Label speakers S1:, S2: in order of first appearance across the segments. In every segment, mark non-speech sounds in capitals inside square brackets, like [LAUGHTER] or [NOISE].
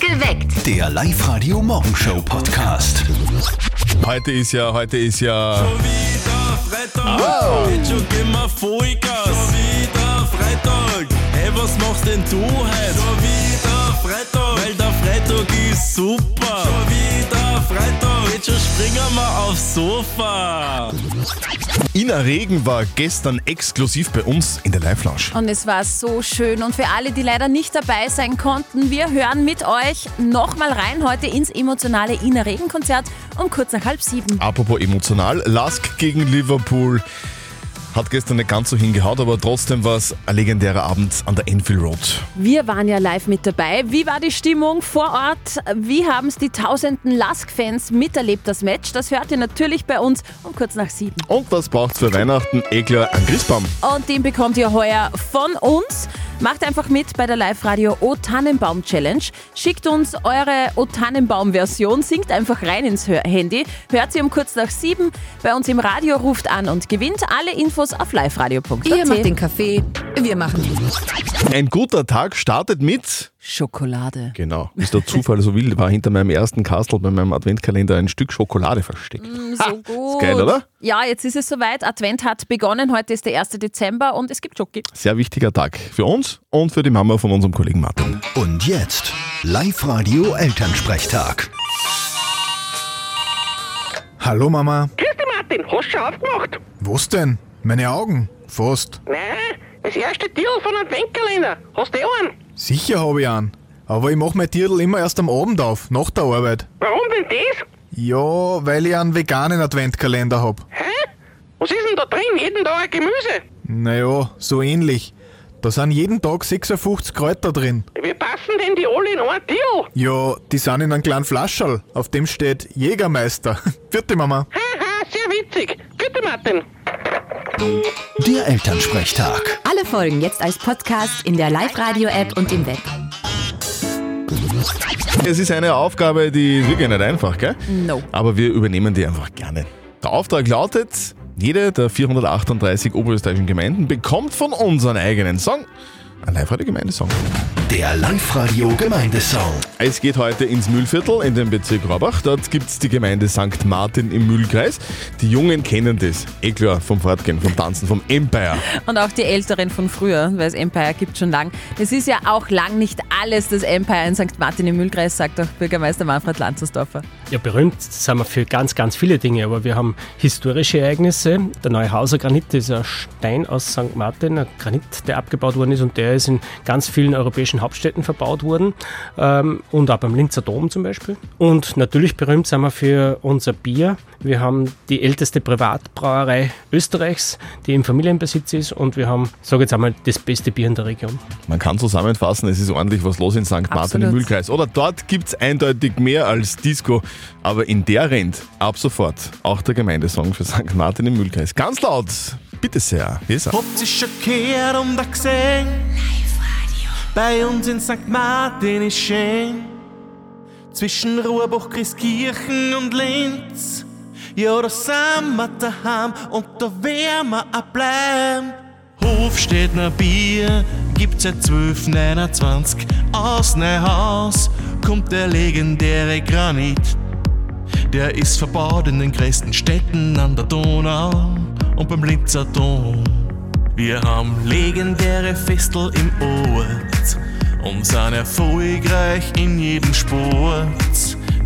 S1: Geweckt.
S2: Der Live-Radio Morgenshow Podcast.
S3: Heute ist ja, heute ist ja.
S4: Schon wieder Freitag, jetzt schon gehen wir Vollgas. Schon wieder Freitag, hey, was machst denn du heute? Schon wieder Freitag, weil der Freitag ist super. Schon wieder Freitag, jetzt schon springen wir aufs Sofa.
S3: Ina Regen war gestern exklusiv bei uns in der Live-Lounge.
S5: Und es war so schön. Und für alle, die leider nicht dabei sein konnten, wir hören mit euch nochmal rein heute ins emotionale Inner Regen Konzert um kurz nach halb sieben.
S3: Apropos emotional, Lask gegen Liverpool hat gestern nicht ganz so hingehaut, aber trotzdem war es ein legendärer Abend an der Enfield Road.
S5: Wir waren ja live mit dabei. Wie war die Stimmung vor Ort? Wie haben es die tausenden Lask-Fans miterlebt, das Match? Das hört ihr natürlich bei uns um kurz nach sieben.
S3: Und was braucht's für Weihnachten? Eh klar, ein Christbaum.
S5: Und den bekommt ihr heuer von uns. Macht einfach mit bei der Live-Radio O Tannenbaum Challenge. Schickt uns eure O Tannenbaum-Version, singt einfach rein ins Hör Handy. Hört sie um kurz nach sieben bei uns im Radio, ruft an und gewinnt. Alle Infos auf liveradio.at.
S6: Ihr macht den Kaffee, wir machen
S3: Ein guter Tag startet mit.
S5: Schokolade.
S3: Genau, wie es der Zufall so will, war hinter meinem ersten Kastel bei meinem Adventkalender ein Stück Schokolade versteckt.
S5: Mm, So gut.
S3: geil, oder?
S5: Ah. Ja, jetzt ist es soweit. Advent hat begonnen. Heute ist der 1. Dezember und es gibt Schoki.
S3: Sehr wichtiger Tag für uns und für die Mama von unserem Kollegen Martin.
S2: Und jetzt Live-Radio Elternsprechtag.
S7: Hallo Mama,
S8: Grüß dich, Martin. Hast du schon aufgemacht?
S7: was denn? Meine Augen? Fast.
S8: Nein, das erste Tier von einem Denkkalender. Hast du eh einen?
S7: Sicher habe ich einen. Aber ich mache mein Tierl immer erst am Abend auf, nach der Arbeit.
S8: Warum denn das?
S7: Ja, weil ich einen veganen Adventkalender habe.
S8: Hä? Was ist denn da drin? Jeden Tag ein Gemüse.
S7: Naja, so ähnlich. Da sind jeden Tag 56 Kräuter drin.
S8: Wie passen denn die alle in ein Tier?
S7: Ja, die sind in einem kleinen Flascherl, auf dem steht Jägermeister. [LAUGHS] Vierte Mama.
S8: Haha, sehr witzig. Bitte, Martin.
S2: Der Elternsprechtag.
S6: alle Folgen jetzt als Podcast in der Live-Radio-App und im Web.
S3: Es ist eine Aufgabe, die ist wirklich nicht einfach, gell?
S5: No.
S3: Aber wir übernehmen die einfach gerne. Der Auftrag lautet, jede der 438 oberösterreichischen Gemeinden bekommt von uns einen eigenen Song. Ein Live-Radio-Gemeindesong.
S2: Der Live-Radio Gemeindesong.
S3: Es geht heute ins Mühlviertel in den Bezirk Rohrbach. Dort gibt es die Gemeinde St. Martin im Mühlkreis. Die Jungen kennen das. Eh klar, vom Fortgehen, vom Tanzen, vom Empire.
S5: Und auch die Älteren von früher, weil es Empire gibt schon lang. Es ist ja auch lang nicht alles das Empire in St. Martin im Mühlkreis, sagt auch Bürgermeister Manfred Lanzersdorfer.
S9: Ja, berühmt sind wir für ganz, ganz viele Dinge, aber wir haben historische Ereignisse. Der Neuhauser Granit das ist ein Stein aus St. Martin, ein Granit, der abgebaut worden ist und der ist in ganz vielen europäischen Hauptstädten verbaut worden ähm, und auch beim Linzer Dom zum Beispiel. Und natürlich berühmt sind wir für unser Bier. Wir haben die älteste Privatbrauerei Österreichs, die im Familienbesitz ist und wir haben, sage jetzt einmal, das beste Bier in der Region.
S3: Man kann zusammenfassen, es ist ordentlich was los in St. Martin im
S5: Absolut.
S3: Mühlkreis. Oder dort gibt es eindeutig mehr als Disco. Aber in der rennt ab sofort auch der Gemeindesong für St. Martin im Mühlkreis. Ganz laut. Bitte sehr. Hier ist er.
S4: Habt ihr schon gehört und da gesehen? Bei uns in St. Martin ist schön. Zwischen Ruhrbach, Christkirchen und Linz. Ja, da sind wir daheim und da werden wir auch bleiben. Hofstädtner Bier gibt's seit 1229. Aus Neuhaus kommt der legendäre Granit. Der ist verbaut in den größten Städten an der Donau und beim Linzer Dom. Wir haben legendäre Festel im Ort und sind erfolgreich in jedem Sport.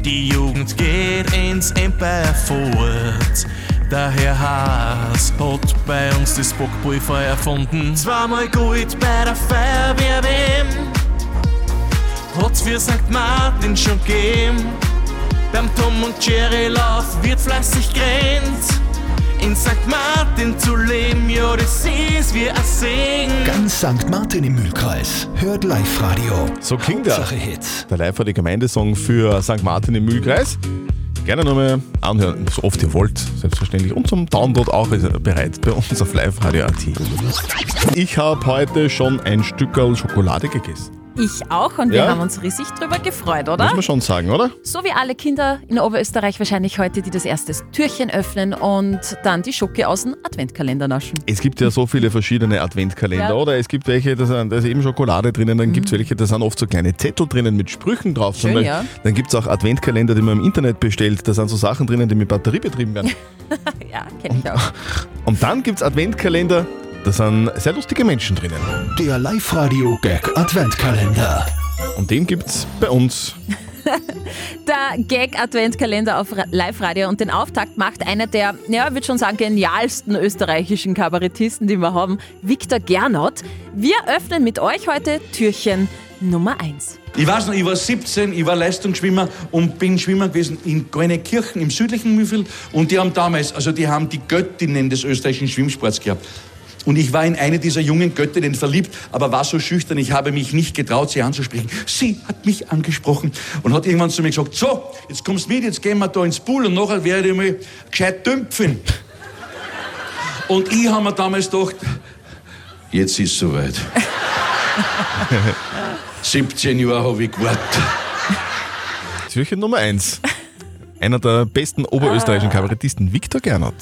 S4: Die Jugend geht ins Empire fort. Der Herr Haas hat bei uns das Bockpulver erfunden. Zweimal Gold bei der Feuerwehr WM. Hat's für St. Martin schon gegeben. Beim Tom und Jerry Lauf wird fleißig grenzt. In St. Martin zu leben, ja, das ist wie ein Segen.
S2: Ganz St. Martin im Mühlkreis. Hört Live-Radio.
S3: So klingt er.
S2: Sache Hits.
S3: Der live der Gemeindesong für St. Martin im Mühlkreis. Gerne nochmal anhören, so oft ihr wollt, selbstverständlich. Und zum Download auch ist er bereit bei uns auf live-radio.at. Ich habe heute schon ein Stückerl Schokolade gegessen.
S5: ich auch und wir
S3: Ja.
S5: haben uns riesig drüber gefreut,
S3: Muss
S5: oder?
S3: man schon sagen, oder?
S5: So wie alle Kinder in Oberösterreich wahrscheinlich heute, die das erste Türchen öffnen und dann die Schoki aus dem Adventkalender naschen.
S3: Es gibt ja so viele verschiedene Adventkalender,
S5: Ja. Mhm.
S3: oder? Es gibt welche, da, sind, da ist eben Schokolade drinnen, dann gibt es welche, da sind oft so kleine Zettel drinnen mit Sprüchen drauf.
S5: Schön,
S3: Zum Beispiel.
S5: ja.
S3: Dann gibt es auch Adventkalender, die man im Internet bestellt, da sind so Sachen drinnen, die mit Batterie betrieben
S5: [LAUGHS]
S3: werden.
S5: Ja, kenne ich auch.
S3: Und dann gibt es Adventkalender, da sind sehr lustige Menschen drinnen.
S2: Der Live-Radio Gag Adventkalender.
S3: Und den gibt es bei uns.
S5: Der Gag-Adventkalender auf Ra- Live-Radio und den Auftakt macht einer der, ja, ich würde schon sagen, genialsten österreichischen Kabarettisten, die wir haben, Viktor Gernot. Wir öffnen mit euch heute Türchen Nummer 1.
S1: Ich weiß noch, ich war 17, ich war Leistungsschwimmer und bin Schwimmer gewesen in Grönekirchen im südlichen Müffel. Und die haben damals, also die haben die Göttinnen des österreichischen Schwimmsports gehabt. Und ich war in eine dieser jungen Göttinnen verliebt, aber war so schüchtern, ich habe mich nicht getraut, sie anzusprechen. Sie hat mich angesprochen und hat irgendwann zu mir gesagt, so, jetzt kommst mit, jetzt gehen wir da ins Pool und nachher werde ich mal gescheit dümpfen. Und ich habe mir damals gedacht, jetzt ist soweit. 17 Jahre habe ich gewartet.
S3: Türchen Nummer 1. Einer der besten oberösterreichischen Kabarettisten, Viktor Gernot.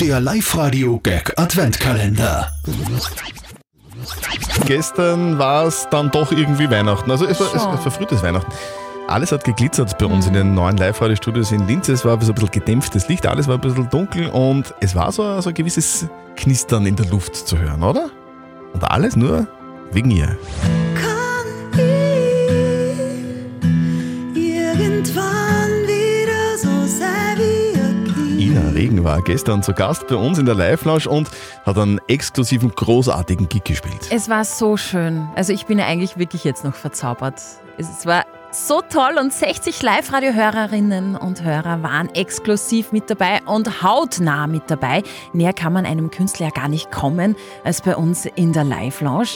S2: Der Live-Radio Gag Adventkalender.
S3: Gestern war es dann doch irgendwie Weihnachten. Also es war, es war verfrühtes Weihnachten. Alles hat geglitzert bei uns in den neuen Live-Radio-Studios in Linz. Es war so ein bisschen gedämpftes Licht, alles war ein bisschen dunkel und es war so, so ein gewisses Knistern in der Luft zu hören, oder? Und alles nur wegen ihr. Ina Regen war gestern zu Gast bei uns in der Live-Lounge und hat einen exklusiven, großartigen Gig gespielt.
S5: Es war so schön. Also ich bin ja eigentlich wirklich jetzt noch verzaubert. Es war so toll und 60 Live-Radio-Hörerinnen und Hörer waren exklusiv mit dabei und hautnah mit dabei. Näher kann man einem Künstler ja gar nicht kommen als bei uns in der Live-Lounge.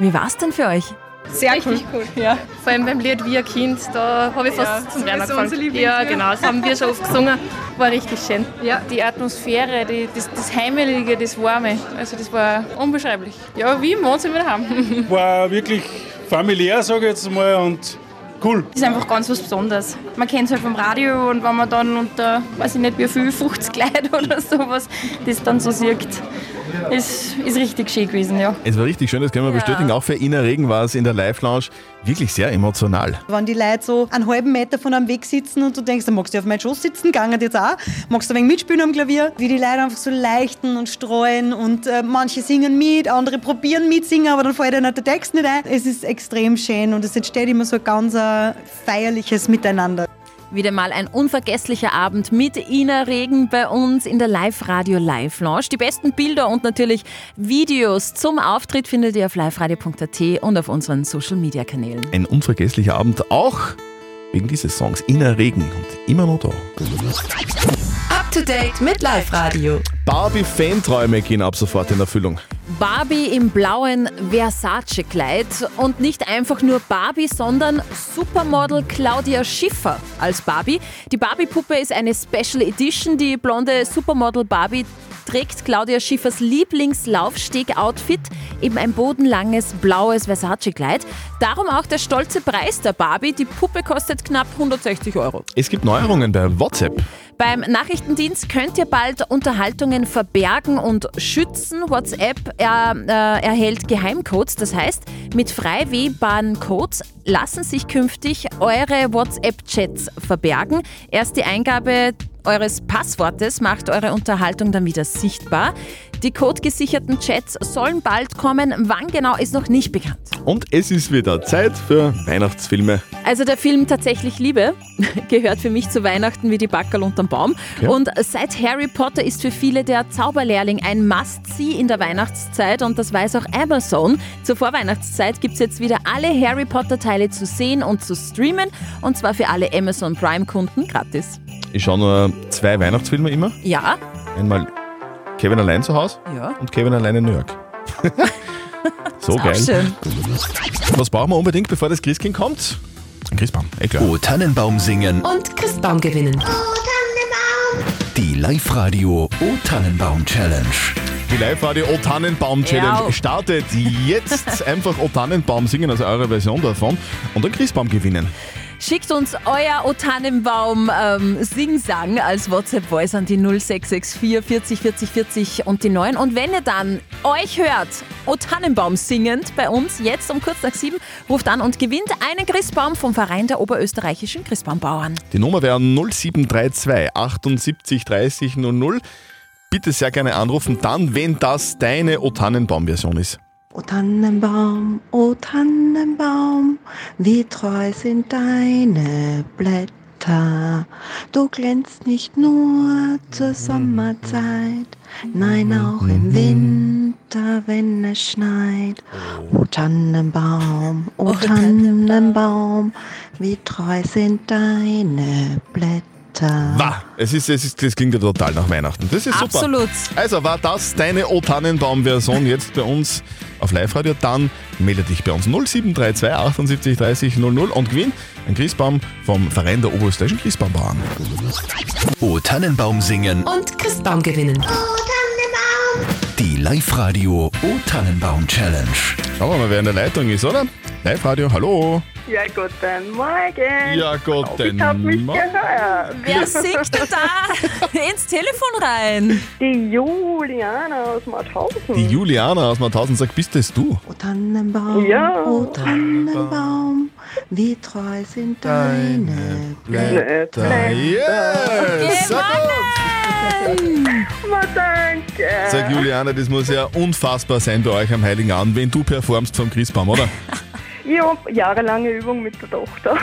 S5: Wie war es denn für euch?
S10: Sehr cool. Ja. Vor allem beim Lied Wir Kind, da habe ich fast zum Lernen angefangen. Ja, genau, das haben wir schon oft gesungen. War richtig schön. Ja, die Atmosphäre, die, das, das Heimelige, das Warme, also das war unbeschreiblich. Ja, wie im Wohnzimmer daheim. [LAUGHS]
S1: war wirklich familiär, sage ich jetzt mal, und cool.
S10: Das ist einfach ganz was Besonderes. Man kennt es halt vom Radio und wenn man dann unter, weiß ich nicht wie viel, 50 Leute [LAUGHS] oder sowas, das dann so sieht, ist, ist richtig schön gewesen, ja.
S3: Es war richtig schön, das können wir bestätigen. Auch für Ina Regen war es in der Live-Lounge wirklich sehr emotional.
S11: Wenn die Leute so einen halben Meter von einem Weg sitzen und du denkst, dann magst du auf meinen Schoß sitzen, gegangen jetzt auch, magst du ein wenig mitspielen am Klavier, wie die Leute einfach so leichten und streuen und äh, manche singen mit, andere probieren mitsingen, aber dann fällt ihnen der Text nicht ein. Es ist extrem schön und es entsteht immer so ein ganz äh, feierliches Miteinander.
S5: Wieder mal ein unvergesslicher Abend mit Ina Regen bei uns in der Live-Radio Live-Lounge. Die besten Bilder und natürlich Videos zum Auftritt findet ihr auf liveradio.at und auf unseren Social-Media-Kanälen.
S3: Ein unvergesslicher Abend, auch wegen dieses Songs Ina Regen und immer noch da.
S6: Up to date mit Live Radio.
S3: Barbie-Fanträume gehen ab sofort in Erfüllung.
S5: Barbie im blauen Versace-Kleid und nicht einfach nur Barbie, sondern Supermodel Claudia Schiffer als Barbie. Die Barbie-Puppe ist eine Special Edition. Die blonde Supermodel Barbie trägt Claudia Schiffers Lieblingslaufsteg-Outfit, eben ein bodenlanges blaues Versace-Kleid. Darum auch der stolze Preis der Barbie. Die Puppe kostet knapp 160 Euro.
S3: Es gibt Neuerungen bei WhatsApp.
S5: Beim Nachrichtendienst könnt ihr bald Unterhaltungen verbergen und schützen. WhatsApp er, äh, erhält Geheimcodes. Das heißt, mit frei wählbaren Codes lassen sich künftig eure WhatsApp-Chats verbergen. Erst die Eingabe eures Passwortes macht eure Unterhaltung dann wieder sichtbar. Die codegesicherten Chats sollen bald kommen. Wann genau ist noch nicht bekannt.
S3: Und es ist wieder Zeit für Weihnachtsfilme.
S5: Also der Film Tatsächlich Liebe [LAUGHS] gehört für mich zu Weihnachten wie die Backerl unterm Baum. Und seit Harry Potter ist für viele der Zauberlehrling ein Must-See in der Weihnachtszeit und das weiß auch Amazon. Zur Vorweihnachtszeit gibt es jetzt wieder alle Harry Potter-Teile zu sehen und zu streamen und zwar für alle Amazon Prime-Kunden gratis.
S3: Ich schaue nur zwei Weihnachtsfilme immer.
S5: Ja,
S3: Einmal Kevin allein zu Hause
S5: ja.
S3: und Kevin allein in New York. [LAUGHS] so
S5: Auch
S3: geil.
S5: schön.
S3: Was brauchen wir unbedingt, bevor das Christkind kommt? Ein Christbaum, eh klar.
S2: O Tannenbaum singen.
S6: Und Christbaum gewinnen.
S2: Die Live-Radio O Tannenbaum Challenge.
S3: Die Live-Radio O Tannenbaum Challenge
S5: Ja.
S3: startet jetzt. Einfach O Tannenbaum singen, also eure Version davon. Und einen Christbaum gewinnen.
S5: Schickt uns euer O Tannenbaum ähm, Singsang als WhatsApp-Voice an die 0664 40 40 40 und die 9. Und wenn ihr dann euch hört, O Tannenbaum singend bei uns jetzt um kurz nach 7, ruft an und gewinnt einen Christbaum vom Verein der oberösterreichischen Christbaumbauern.
S3: Die Nummer wäre 0732 78 30 00. Bitte sehr gerne anrufen, dann, wenn das deine O Tannenbaum-Version ist.
S12: O Tannenbaum, o Tannenbaum, wie treu sind deine Blätter. Du glänzt nicht nur zur Sommerzeit, nein auch im Winter, wenn es schneit. O Tannenbaum, o Tannenbaum, wie treu sind deine Blätter.
S3: Wah, es ist, es ist, das klingt ja total nach Weihnachten. Das ist super.
S12: Absolut.
S3: Also war das deine O Tannenbaum-Version jetzt bei uns auf Live-Radio? Dann melde dich bei uns 0732 78 30 00 und gewinn einen Christbaum vom Verein der Oberösterreichischen Christbaumbauern.
S2: O Tannenbaum singen.
S6: Und Christbaum gewinnen.
S2: Die Live-Radio O Tannenbaum Challenge.
S3: Schauen wir mal, wer in der Leitung ist, oder? Live-Radio, hallo.
S13: Ja, guten Morgen.
S3: Ja, guten
S13: Ich hab mich
S3: Morgen.
S13: gehört.
S5: Wer singt denn da ins Telefon rein?
S13: Die Juliana aus Mauthausen.
S3: Die Juliana aus Mauthausen sagt, bist das du?
S12: Tannenbaum,
S13: Ja.
S12: o Tannenbaum, wie treu sind deine
S3: Blätter. Yes! Sag
S13: Ma, danke.
S3: Sag Juliana, das muss ja unfassbar sein bei euch am Heiligen Abend, wenn du performst vom Christbaum, oder?
S13: Ich hab jahrelange Übung mit der Tochter.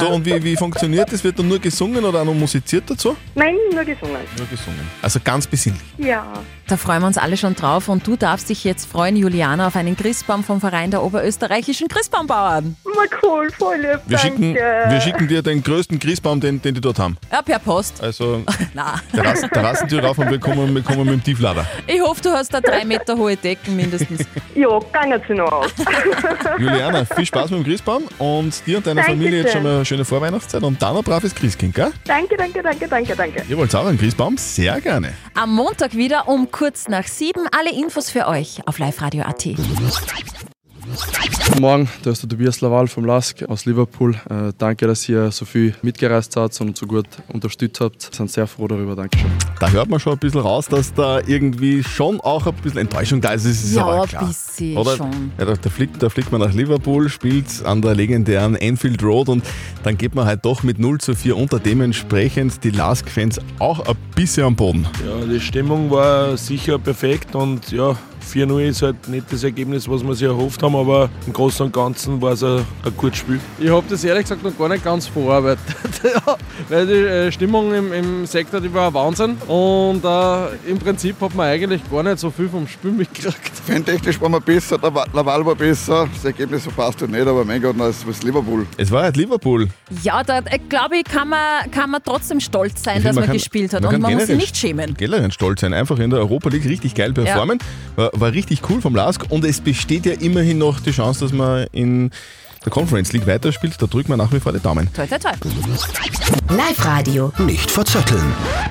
S3: Du, und wie, wie funktioniert das? Wird dann nur gesungen oder auch noch musiziert dazu?
S13: Nein, nur gesungen.
S3: Nur gesungen. Also ganz besinnlich.
S13: Ja.
S5: Da freuen wir uns alle schon drauf und du darfst dich jetzt freuen, Juliana, auf einen Christbaum vom Verein der oberösterreichischen Christbaumbauern.
S13: Ma, cool, voll lieb.
S3: Wir schicken,
S13: danke.
S3: wir schicken dir den größten Christbaum, den, den die dort haben.
S5: Ja, per Post.
S3: Also
S5: Na.
S13: [LAUGHS]
S3: Terrassen, Terrassentür rauf und wir kommen, wir kommen mit dem Tieflader.
S5: Ich hoffe, du hast da drei Meter hohe Decken mindestens.
S13: ja, gangen sie noch aus.
S3: Juliana, viel Spaß mit dem Christbaum und dir und deiner
S13: Dankeschön.
S3: Familie jetzt schon mal eine schöne Vorweihnachtszeit und dann ein braves Christkind, gell?
S13: [LAUGHS] Danke, danke, danke, danke, danke.
S3: Ihr wollt auch einen Christbaum? Sehr gerne.
S5: Am Montag wieder um kurz nach sieben. Alle Infos für euch auf liveradio.at.
S14: Guten Morgen, da ist der Tobias Laval vom LASK aus Liverpool. Äh, danke, dass ihr so viel mitgereist habt und so gut unterstützt habt. Wir sind sehr froh darüber. Dankeschön.
S3: Da hört man schon ein bisschen raus, dass da irgendwie schon auch ein bisschen Enttäuschung da ist. Das ist
S5: Ja,
S3: aber
S5: ein
S3: klar.
S5: bisschen
S3: Oder?
S5: schon.
S3: Ja, da, da, fliegt, da fliegt man nach Liverpool, spielt an der legendären Enfield Road und dann geht man halt doch mit 0 zu 4 unter dementsprechend die Lask-Fans auch ein bisschen am Boden.
S15: Ja, die Stimmung war sicher perfekt und ja, 4-0 ist halt nicht das Ergebnis, was wir sich erhofft haben, aber im Großen und Ganzen war es ein, ein gutes Spiel.
S16: Ich habe das ehrlich gesagt noch gar nicht ganz verarbeitet, [LAUGHS] ja, weil die äh, Stimmung im, im Sektor die war ein Wahnsinn und äh, im Prinzip hat man eigentlich gar nicht so viel vom Spiel mitgekriegt.
S17: Fantechnisch waren wir besser, der Wa- Laval war besser, das Ergebnis verpasst du nicht, aber mein Gott, na, es war Liverpool.
S3: Es war halt Liverpool.
S5: Ja, da äh, glaube ich, kann man, kann man trotzdem stolz sein,
S3: Ich
S5: dass
S3: finde,
S5: man,
S3: kann-
S5: gespielt hat.
S3: kann
S5: und man muss sich
S3: generell-
S5: nicht schämen.
S3: Generell stolz sein, einfach in der Europa League richtig geil performen. War, war richtig cool vom Lask und es besteht ja immerhin noch die Chance, dass man in der Conference League weiterspielt. Da drückt man nach wie vor die Daumen.
S5: Toi, toi, toi.
S3: Also-
S2: Live-Radio. Nicht verzetteln.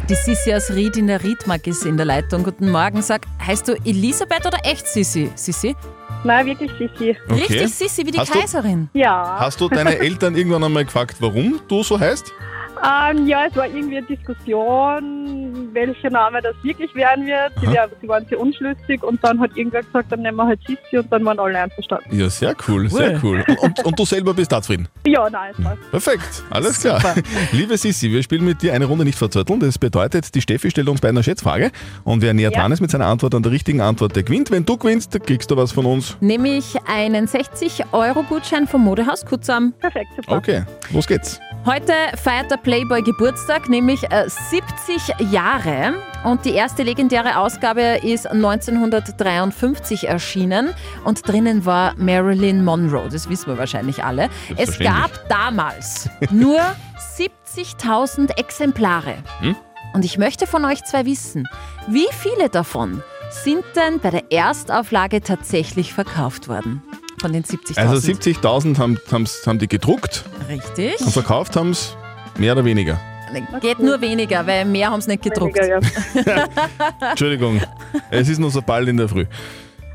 S5: Die Sissi aus Ried in der Riedmark ist in der Leitung. Guten Morgen. Sag, heißt du Elisabeth oder echt Sissi? Sissi?
S13: Nein, wirklich Sissi.
S3: Okay.
S5: Richtig Sissi, wie die
S3: Hast du-
S5: Kaiserin.
S13: Ja.
S3: Hast du
S5: [LAUGHS]
S3: deine Eltern irgendwann einmal gefragt, warum du so heißt?
S13: Ähm, ja, es war irgendwie eine Diskussion, welcher Name das wirklich werden wird. Sie, wär, sie waren sehr unschlüssig und dann hat irgendwer gesagt, dann nehmen wir halt Sissi und dann waren alle einverstanden.
S3: Ja, sehr cool, sehr cool. Und, und, und du selber bist da zufrieden?
S13: Ja, nein,
S3: Hm.
S13: es war
S3: Perfekt, alles klar. [LAUGHS] Liebe Sissi, wir spielen mit dir eine Runde nicht verzötteln. Das bedeutet, die Steffi stellt uns bei einer Schätzfrage und wer näher
S5: Ja.
S3: dran ist mit seiner Antwort an der richtigen Antwort, der gewinnt. Wenn du gewinnst, dann kriegst du was von uns.
S5: Nehme ich einen 60-Euro-Gutschein vom Modehaus Kutzam.
S13: Perfekt, super.
S3: Okay, los geht's.
S5: Heute feiert der Playboy Geburtstag, nämlich äh, 70 Jahre. Und die erste legendäre Ausgabe ist 1953 erschienen. Und drinnen war Marilyn Monroe. Das wissen wir wahrscheinlich alle. Es gab
S18: Selbstverständlich.
S5: damals nur 70.000 Exemplare.
S18: Hm?
S5: Und ich möchte von euch zwei wissen, wie viele davon sind denn bei der Erstauflage tatsächlich verkauft worden? Von den 70.000.
S3: Also 70.000 haben, haben's- haben die gedruckt
S5: Richtig.
S13: [LAUGHS]
S3: und verkauft haben es mehr oder weniger.
S5: Geht nur weniger, weil mehr haben sie nicht gedruckt.
S3: [LAUGHS] Entschuldigung, es ist nur so bald in der Früh.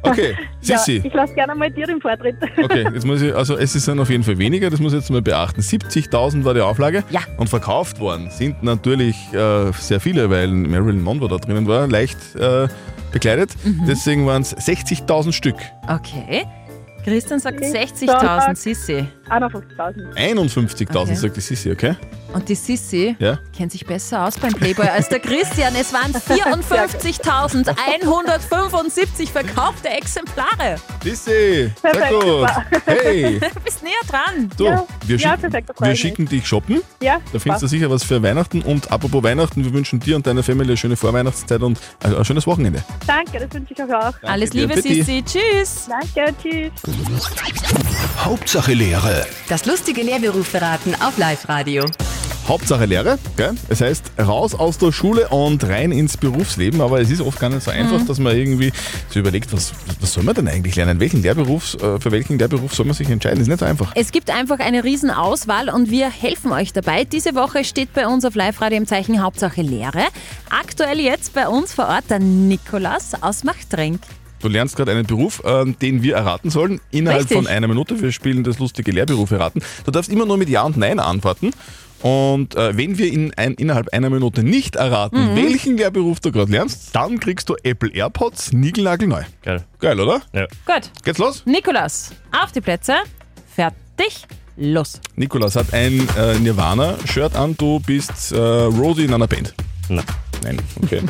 S3: Okay,
S13: Ja,
S3: Sissi.
S13: ich lasse gerne mal dir den Vortritt. [LAUGHS]
S3: Okay, jetzt muss ich, also es sind auf jeden Fall weniger, das muss ich jetzt mal beachten. 70.000 war die Auflage
S5: ja.
S3: und verkauft worden sind natürlich äh, sehr viele, weil Marilyn Monroe da drinnen war, leicht äh, bekleidet.
S5: Mhm.
S3: Deswegen waren es 60.000 Stück.
S5: Okay. Christian sagt 60.000 Sissi.
S13: 51.000.
S3: 51.000
S5: Okay.
S3: sagt die Sissi, okay?
S5: Und die Sissi
S3: Ja.
S5: kennt sich besser aus beim Playboy als der Christian. Es waren 54.175 verkaufte Exemplare.
S3: Sissi, sehr
S5: Perfekt,
S3: gut.
S5: super.
S3: Hey,
S5: Du bist näher dran. [LAUGHS]
S3: du, wir, schicken- wir schicken dich shoppen.
S13: Ja,
S3: Da findest du sicher was für Weihnachten. Und apropos Weihnachten, wir wünschen dir und deiner Familie eine schöne Vorweihnachtszeit und also ein schönes Wochenende.
S13: Danke, das wünsche ich euch auch.
S5: Alles
S3: dir, Liebe, bitte. Sissi.
S5: Tschüss.
S13: Danke, tschüss.
S2: Hauptsache Lehre.
S6: Das lustige Lehrberuferaten auf Live-Radio.
S3: Hauptsache Lehre, gell? Es heißt raus aus der Schule und rein ins Berufsleben, aber es ist oft gar nicht so einfach,
S6: Mhm.
S3: dass man irgendwie so überlegt, was, was soll man denn eigentlich lernen? Welchen Lehrberuf, äh, für welchen Lehrberuf soll man sich entscheiden? Ist nicht so einfach.
S5: Es gibt einfach eine Riesenauswahl und wir helfen euch dabei. Diese Woche steht bei uns auf Live-Radio im Zeichen Hauptsache Lehre. Aktuell jetzt bei uns vor Ort der Nikolas aus Machtrenk.
S3: Du lernst gerade einen Beruf, ähm, den wir erraten sollen, innerhalb
S5: Richtig.
S3: von einer Minute. Wir spielen das lustige Lehrberuf erraten. Du darfst immer nur mit Ja und Nein antworten. Und äh, wenn wir in ein, innerhalb einer Minute nicht erraten,
S5: Mhm.
S3: welchen Lehrberuf du gerade lernst, dann kriegst du Apple AirPods niegelnagelneu. Geil. Geil, oder? Ja.
S5: Gut.
S3: Geht's los?
S5: Nikolas, auf die Plätze. Fertig. Los.
S3: Nikolas hat ein äh, Nirvana-Shirt an. Du bist äh, Rosie in einer Band. Nein. Nein, okay.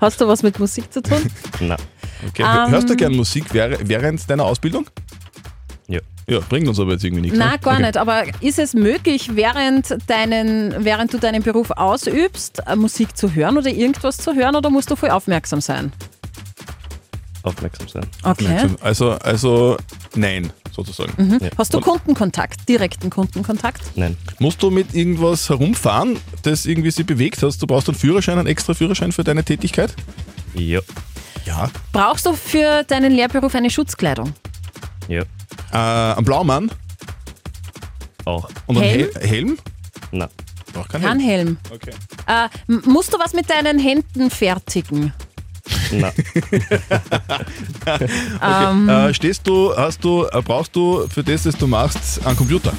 S5: Hast du was mit Musik zu tun?
S3: Nein. [LAUGHS] Okay.
S5: Ähm.
S3: Hörst du gern Musik wäre- während deiner Ausbildung? Ja. Ja, bringt uns aber jetzt irgendwie nichts.
S5: [LAUGHS] Na,
S3: ne?
S5: gar
S3: okay.
S5: nicht. Aber ist es möglich, während, deinen, während du deinen Beruf ausübst, äh, Musik zu hören oder irgendwas zu hören oder musst du voll aufmerksam sein?
S18: aufmerksam sein.
S5: Okay.
S3: Also, also nein, sozusagen.
S5: Mhm. Hast du
S3: Und
S5: Kundenkontakt, direkten Kundenkontakt?
S3: Nein. Musst du mit irgendwas herumfahren, das irgendwie sie bewegt hast? Du brauchst einen Führerschein, einen extra Führerschein für deine Tätigkeit? Ja. Ja.
S5: Brauchst du für deinen Lehrberuf eine Schutzkleidung?
S3: Ja. Äh, ein Blaumann? Auch. Und ein
S5: Helm?
S3: Helm? Helm? Nein. Auch kein Helm.
S5: Kein Helm.
S3: Okay.
S5: Äh, m- musst du was mit deinen Händen fertigen?
S3: Nein. okay.
S5: Ähm.
S3: äh, stehst du, hast du, äh, brauchst du für das, was du machst, einen Computer?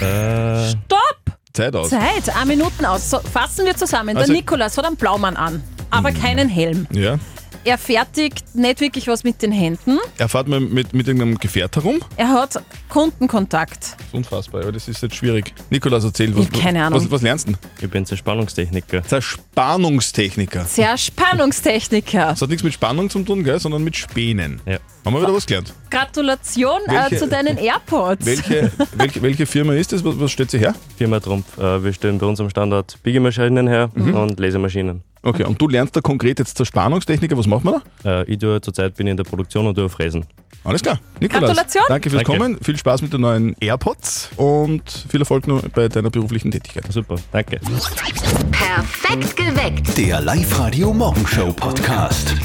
S3: Äh,
S5: Stopp!
S3: Zeit aus.
S5: Zeit, ein Minuten aus. So, fassen wir zusammen.
S3: Also- Mhm.
S5: Der Nikolas hat einen Blaumann an, aber keinen Helm.
S3: Ja.
S5: Er fertigt nicht wirklich was mit den Händen.
S3: Er fährt mit, mit, mit irgendeinem Gefährt herum?
S5: Er hat Kundenkontakt.
S3: Das ist unfassbar, aber das ist jetzt schwierig. Nikolas, erzähl, was,
S5: keine Ahnung.
S3: was, was lernst du? Ich bin Zerspannungstechniker. Zerspannungstechniker.
S5: Zerspannungstechniker.
S3: Das hat nichts mit Spannung zu tun, gell, sondern mit Spänen. Haben wir wieder was gelernt.
S5: Gratulation äh,
S3: Welche-
S5: zu deinen AirPods.
S3: Welche, welche, welche Firma ist das? Was, was stellt sie her?
S18: Firma Trumpf. Äh, wir stellen bei uns am Standort Biegemaschinen her
S3: Mhm.
S18: und Lasermaschinen.
S3: Okay, und du lernst da konkret jetzt Zerspannungstechniker. Was macht man
S18: da? Äh, ich tue zurzeit bin ich in der Produktion und tue Fräsen.
S3: Alles klar. Nikolas,
S18: Gratulation.
S3: danke fürs
S18: Danke.
S3: Kommen. Viel Spaß mit den neuen AirPods und viel Erfolg noch bei deiner beruflichen Tätigkeit. Super, danke.
S6: Perfekt geweckt.
S2: Der Live-Radio Morgenshow Podcast.